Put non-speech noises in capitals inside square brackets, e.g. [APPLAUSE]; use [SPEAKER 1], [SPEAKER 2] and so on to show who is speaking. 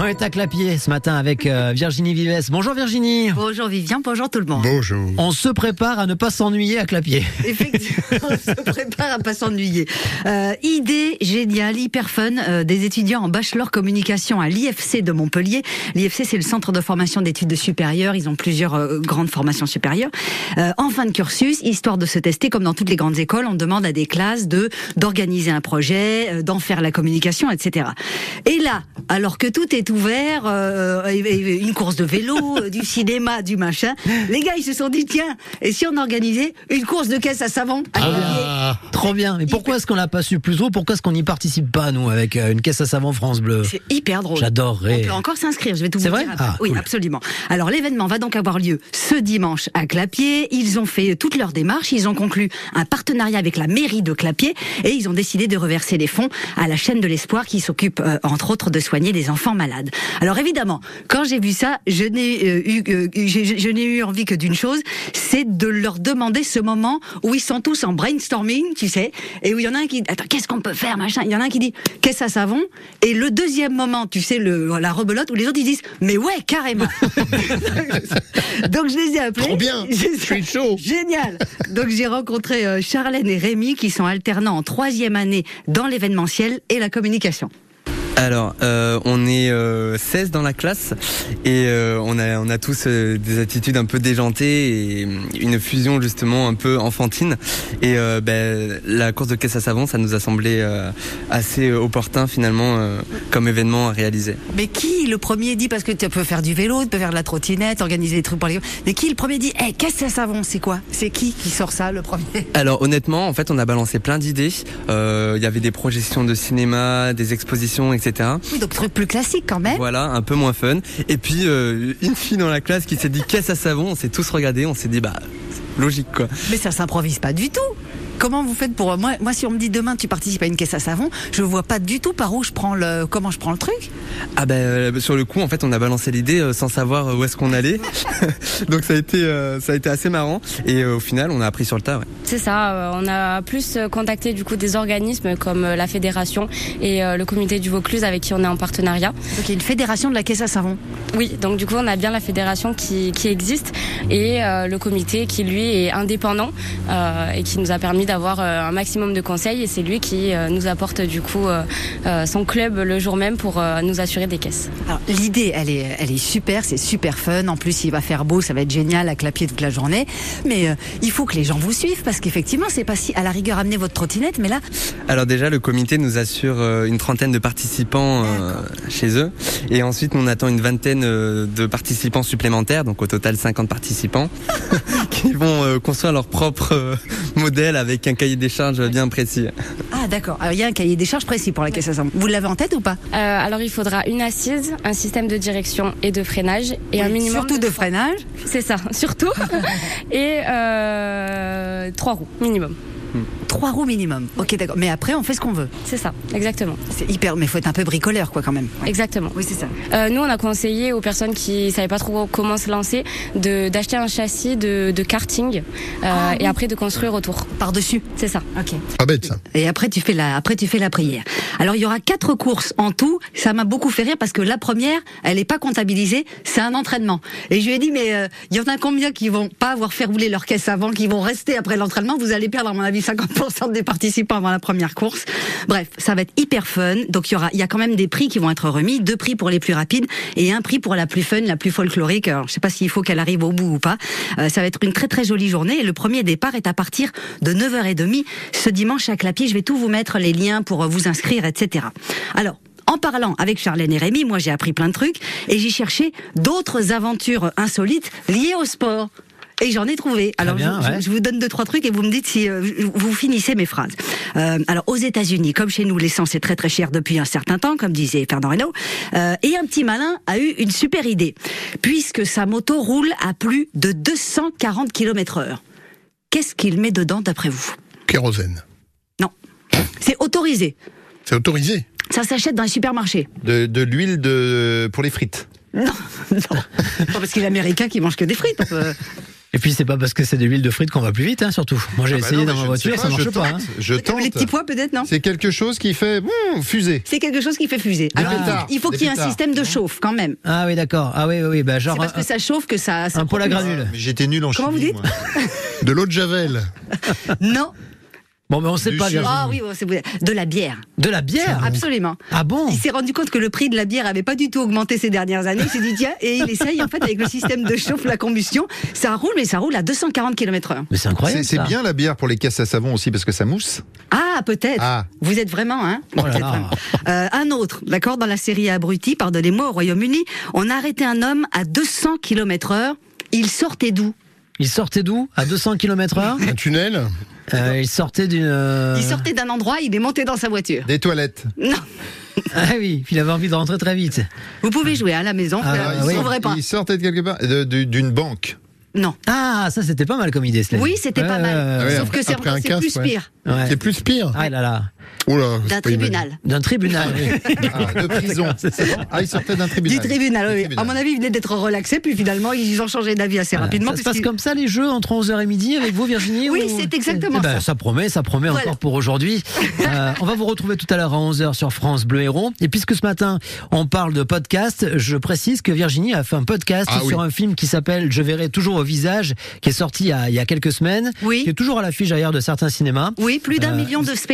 [SPEAKER 1] On est à Clapier ce matin avec euh, Virginie Vives. Bonjour Virginie.
[SPEAKER 2] Bonjour Vivien, bonjour tout le monde.
[SPEAKER 3] Bonjour.
[SPEAKER 1] On se prépare à ne pas s'ennuyer à Clapier.
[SPEAKER 2] [LAUGHS] Effectivement, on se prépare à pas s'ennuyer. Euh, idée géniale, hyper fun euh, des étudiants en bachelor communication à l'IFC de Montpellier. L'IFC, c'est le centre de formation d'études supérieures. Ils ont plusieurs euh, grandes formations supérieures. Euh, en fin de cursus, histoire de se tester, comme dans toutes les grandes écoles, on demande à des classes de d'organiser un projet, euh, d'en faire la communication, etc. Et là, alors que tout est ouvert, euh, et- et- une course de vélo, euh, du cinéma, du machin, les gars, ils se sont dit tiens, et si on organisait une course de caisse à savon à Montpellier
[SPEAKER 3] Ah,
[SPEAKER 1] Trop bien. Mais pourquoi est-ce qu'on l'a pas su plus tôt Pourquoi est-ce qu'on n'y participe pas nous avec euh, une caisse à savon France Bleu
[SPEAKER 2] C'est hyper drôle. On
[SPEAKER 1] J'adorerais.
[SPEAKER 2] peut encore s'inscrire, je vais tout vous
[SPEAKER 1] C'est
[SPEAKER 2] dire.
[SPEAKER 1] vrai
[SPEAKER 2] après.
[SPEAKER 1] Ah,
[SPEAKER 2] oui,
[SPEAKER 1] cool.
[SPEAKER 2] absolument. Alors l'événement va donc avoir lieu ce dimanche à Clapier. Ils ont fait toute leur démarche, ils ont conclu un partenariat avec la mairie de Clapier et ils ont décidé de reverser des fonds à la chaîne de l'espoir qui s'occupe euh, entre autres de soigner des enfants malades. Alors évidemment, quand j'ai vu ça, je n'ai euh, eu euh, j'ai- je- je n'ai eu envie que d'une chose, c'est de leur demander ce moment où ils sont tous en brainstorming, tu sais, et où il y en a un qui dit attends, qu'est-ce qu'on peut faire machin, il y en a un qui dit qu'est-ce à savon et le deuxième moment, tu sais le la rebelote où les autres ils disent mais ouais,
[SPEAKER 3] [LAUGHS]
[SPEAKER 2] carrément. Donc je les ai appelés.
[SPEAKER 3] Trop bien.
[SPEAKER 2] Je les ai-
[SPEAKER 3] je suis chaud.
[SPEAKER 2] Génial Donc j'ai rencontré euh, Charlène et Rémi qui sont alternants en troisième année dans l'événementiel et la communication.
[SPEAKER 4] Alors, euh, on est euh, 16 dans la classe et euh, on, a, on a tous euh, des attitudes un peu déjantées et euh, une fusion justement un peu enfantine. Et euh, ben, la course de caisse à savon, ça nous a semblé euh, assez opportun finalement euh, comme événement à réaliser.
[SPEAKER 5] Mais qui le premier dit parce que tu peux faire du vélo, tu peux faire de la trottinette, organiser des trucs pour les. Mais qui le premier dit Eh, qu'est-ce que ça savon C'est quoi C'est qui qui sort ça le premier
[SPEAKER 4] Alors honnêtement, en fait, on a balancé plein d'idées. Euh, Il y avait des projections de cinéma, des expositions, etc.
[SPEAKER 5] Oui, donc truc plus classique quand même.
[SPEAKER 4] Voilà, un peu moins fun. Et puis, euh, une fille dans la classe qui s'est dit caisse à savon, on s'est tous regardés, on s'est dit bah c'est logique quoi.
[SPEAKER 5] Mais ça s'improvise pas du tout. Comment vous faites pour euh, moi Moi, si on me dit demain tu participes à une caisse à savon, je vois pas du tout par où je prends le comment je prends le truc.
[SPEAKER 4] Ah ben euh, sur le coup en fait on a balancé l'idée euh, sans savoir euh, où est-ce qu'on allait. [LAUGHS] Donc ça a été euh, ça a été assez marrant et euh, au final on a appris sur le tas. ouais.
[SPEAKER 6] C'est ça, euh, on a plus euh, contacté du coup des organismes comme euh, la fédération et euh, le comité du Vaucluse avec qui on est en partenariat.
[SPEAKER 5] Donc il y a une fédération de la caisse à savon.
[SPEAKER 6] Oui, donc du coup on a bien la fédération qui, qui existe et euh, le comité qui lui est indépendant euh, et qui nous a permis d'avoir euh, un maximum de conseils et c'est lui qui euh, nous apporte du coup euh, euh, son club le jour même pour euh, nous assurer des caisses.
[SPEAKER 5] Alors l'idée, elle est, elle est super, c'est super fun. En plus, il va faire beau, ça va être génial à clapier toute la journée. Mais euh, il faut que les gens vous suivent parce qu'effectivement, c'est pas si à la rigueur amener votre trottinette, mais là,
[SPEAKER 4] Alors déjà le comité nous assure euh, une trentaine de participants euh, chez eux et ensuite on attend une vingtaine euh, de participants supplémentaires donc au total 50 participants [LAUGHS] qui vont euh, construire leur propre euh, modèle avec un cahier des charges bien précis.
[SPEAKER 5] ah d'accord. Alors il y a un cahier des charges précis pour la caisse à savon. Vous l'avez en tête ou pas
[SPEAKER 6] Euh, alors il faudra une assise, un système de direction et de freinage et un
[SPEAKER 5] Oui,
[SPEAKER 6] minimum
[SPEAKER 5] Surtout de
[SPEAKER 6] trois-
[SPEAKER 5] freinage.
[SPEAKER 6] C'est ça, [LAUGHS] surtout et euh, trois roues minimum.
[SPEAKER 5] Trois roues minimum. Ok d'accord. Mais après, on fait ce qu'on veut.
[SPEAKER 6] C'est ça, exactement.
[SPEAKER 5] C'est hyper. Mais faut être un peu bricoleur quoi quand même. Ouais.
[SPEAKER 6] Exactement.
[SPEAKER 5] Oui c'est ça.
[SPEAKER 6] Euh, nous, on a conseillé aux personnes qui savaient pas trop comment se lancer de d'acheter un châssis de, de karting euh, et après de construire autour.
[SPEAKER 5] Par dessus.
[SPEAKER 6] C'est ça.
[SPEAKER 5] Ok.
[SPEAKER 3] Pas bête ça.
[SPEAKER 2] Et après tu fais la après tu fais la prière. Alors il y aura quatre courses en tout. Ça m'a beaucoup fait rire parce que la première, elle n'est pas comptabilisée, c'est un entraînement. Et je lui ai dit mais euh, il y en a combien qui vont pas avoir fait rouler leur caisse avant, qui vont rester après l'entraînement Vous allez perdre à mon avis 50% des participants avant la première course. Bref, ça va être hyper fun. Donc il y aura il y a quand même des prix qui vont être remis, deux prix pour les plus rapides et un prix pour la plus fun, la plus folklorique. Alors je sais pas s'il faut qu'elle arrive au bout ou pas. Euh, ça va être une très très jolie journée et le premier départ est à partir de 9h30 ce dimanche à Clapier. Je vais tout vous mettre les liens pour euh, vous inscrire, etc. Alors. En parlant avec Charlène et Rémi, moi j'ai appris plein de trucs et j'ai cherché d'autres aventures insolites liées au sport. Et j'en ai trouvé. Alors
[SPEAKER 1] bien,
[SPEAKER 2] je, je-
[SPEAKER 1] ouais.
[SPEAKER 2] je vous donne deux trois trucs et vous me dites si euh, je- vous finissez mes phrases. Euh, alors aux États-Unis, comme chez nous, l'essence est très très chère depuis un certain temps, comme disait Fernand Reynaud. Euh, et un petit malin a eu une super idée, puisque sa moto roule à plus de 240 km/h. Qu'est-ce qu'il met dedans d'après vous
[SPEAKER 3] Kérosène.
[SPEAKER 2] non. C'est autorisé.
[SPEAKER 3] C'est autorisé.
[SPEAKER 2] Ça s'achète dans les supermarchés.
[SPEAKER 7] De, de l'huile de pour les frites.
[SPEAKER 2] Non, non. Non, parce qu'il est américain qui mange que des frites. on peut-
[SPEAKER 1] Et puis c'est pas parce que c'est de l'huile de frites qu'on va plus vite, hein, surtout. Moi j'ai
[SPEAKER 7] Ah bah
[SPEAKER 1] essayé
[SPEAKER 7] non,
[SPEAKER 1] dans
[SPEAKER 7] mais
[SPEAKER 1] ma
[SPEAKER 7] je ne sais
[SPEAKER 1] voiture, ça
[SPEAKER 7] pas,
[SPEAKER 1] marche
[SPEAKER 7] je
[SPEAKER 1] pas. hein.
[SPEAKER 7] tente, Je tente.
[SPEAKER 2] Les petits pois peut-être, non
[SPEAKER 7] C'est quelque chose qui fait mm, fusée.
[SPEAKER 2] C'est quelque chose qui fait fuser.
[SPEAKER 7] Des
[SPEAKER 2] Alors,
[SPEAKER 7] pétards,
[SPEAKER 2] il faut
[SPEAKER 7] des
[SPEAKER 2] qu'il y ait un
[SPEAKER 7] pétards.
[SPEAKER 2] système de chauffe quand même.
[SPEAKER 1] Ah oui, d'accord. Ah oui, oui, oui, bah
[SPEAKER 2] C'est
[SPEAKER 1] genre
[SPEAKER 2] parce que
[SPEAKER 1] un,
[SPEAKER 2] ça chauffe que ça. ça
[SPEAKER 1] un poêle à
[SPEAKER 2] propulse.
[SPEAKER 1] granules.
[SPEAKER 7] Mais J'étais nul en
[SPEAKER 2] Comment vous
[SPEAKER 7] chimie.
[SPEAKER 2] dites
[SPEAKER 7] moi. [LAUGHS]
[SPEAKER 3] De l'eau de javel.
[SPEAKER 2] Non.
[SPEAKER 1] Bon, mais on sait
[SPEAKER 7] Du
[SPEAKER 1] pas.
[SPEAKER 7] sucre.
[SPEAKER 1] Virginie.
[SPEAKER 2] Ah oui, ouais, c'est vrai. de la bière.
[SPEAKER 1] De la bière
[SPEAKER 2] Absolument.
[SPEAKER 1] Ah bon
[SPEAKER 2] Il s'est rendu compte que le prix de la bière avait pas du tout augmenté ces dernières années. Il s'est dit tiens, et il essaye en fait avec le système de chauffe, la combustion, ça roule, mais ça roule à 240 km/h.
[SPEAKER 1] Mais c'est incroyable.
[SPEAKER 7] C'est c'est
[SPEAKER 1] ça.
[SPEAKER 7] bien la bière pour les caisses à savon aussi parce que ça mousse.
[SPEAKER 2] Ah peut-être.
[SPEAKER 7] Ah.
[SPEAKER 2] Vous êtes vraiment hein.
[SPEAKER 1] Oh là
[SPEAKER 2] Vous êtes
[SPEAKER 1] là.
[SPEAKER 2] vraiment. Euh, un autre, d'accord, dans la série Abruti, pardonnez-moi, au Royaume-Uni, on a arrêté un homme à 200 km/h. Il sortait d'où
[SPEAKER 1] Il sortait d'où À 200 km/h
[SPEAKER 3] Un tunnel.
[SPEAKER 1] Euh, Il sortait d'une. euh,
[SPEAKER 2] Il sortait d'un endroit, il est monté dans sa voiture.
[SPEAKER 7] Des toilettes.
[SPEAKER 2] Non,
[SPEAKER 1] [LAUGHS] Ah oui, il avait envie de rentrer très vite.
[SPEAKER 2] vous pouvez jouer à la maison,
[SPEAKER 1] Ah,
[SPEAKER 2] euh,
[SPEAKER 1] oui.
[SPEAKER 2] vous ne
[SPEAKER 7] il,
[SPEAKER 2] trouverez
[SPEAKER 7] sort-
[SPEAKER 2] pas.
[SPEAKER 7] il sortait de quelque part, de- de- d'une banque.
[SPEAKER 2] Non.
[SPEAKER 1] Ah, ça c'était pas mal comme idée, cela.
[SPEAKER 2] Oui, c'était pas mal.
[SPEAKER 3] Ah
[SPEAKER 1] Euh,
[SPEAKER 3] ouais,
[SPEAKER 2] Sauf que c'est
[SPEAKER 3] après un
[SPEAKER 2] c'est
[SPEAKER 3] casse,
[SPEAKER 2] plus
[SPEAKER 3] ouais.
[SPEAKER 2] pire
[SPEAKER 1] Ouais.
[SPEAKER 3] C'est plus pire.
[SPEAKER 1] Ah là là.
[SPEAKER 3] Oh là, c'est
[SPEAKER 2] d'un
[SPEAKER 3] pas imaginé.
[SPEAKER 2] tribunal.
[SPEAKER 1] D'un tribunal. [LAUGHS] oui.
[SPEAKER 7] Ah,
[SPEAKER 1] [LAUGHS]
[SPEAKER 7] de prison. Ah, il sortait d'un
[SPEAKER 2] Du
[SPEAKER 7] tribunal.
[SPEAKER 2] tribunal, oui. À
[SPEAKER 7] Du
[SPEAKER 1] Oh,
[SPEAKER 7] tribunal.
[SPEAKER 2] mon avis, il venait d'être relaxé, puis finalement, ils ont changé d'avis assez rapidement.
[SPEAKER 1] ça se passe
[SPEAKER 2] puisqu'ils-
[SPEAKER 1] comme ça les jeux entre 11h et midi avec vous Virginie
[SPEAKER 2] Oui,
[SPEAKER 1] ou-
[SPEAKER 2] c'est exactement
[SPEAKER 1] Eh ben,
[SPEAKER 2] ça.
[SPEAKER 1] promet, ça promet
[SPEAKER 2] Voilà.
[SPEAKER 1] encore pour
[SPEAKER 2] [LAUGHS]
[SPEAKER 1] aujourd'hui. Euh, on va vous retrouver tout à l'heure à 11h sur France Bleu Héros. Et puisque ce matin on parle de podcast, je précise que Virginie a fait un podcast
[SPEAKER 3] Ah oui.
[SPEAKER 1] sur un film qui s'appelle Je verrai toujours au visage, qui est sorti il y a, il y a quelques semaines,
[SPEAKER 2] Oui.
[SPEAKER 1] qui est toujours à l'affiche d'ailleurs de certains cinémas.
[SPEAKER 2] Oui, plus d'un
[SPEAKER 1] Euh,
[SPEAKER 2] million de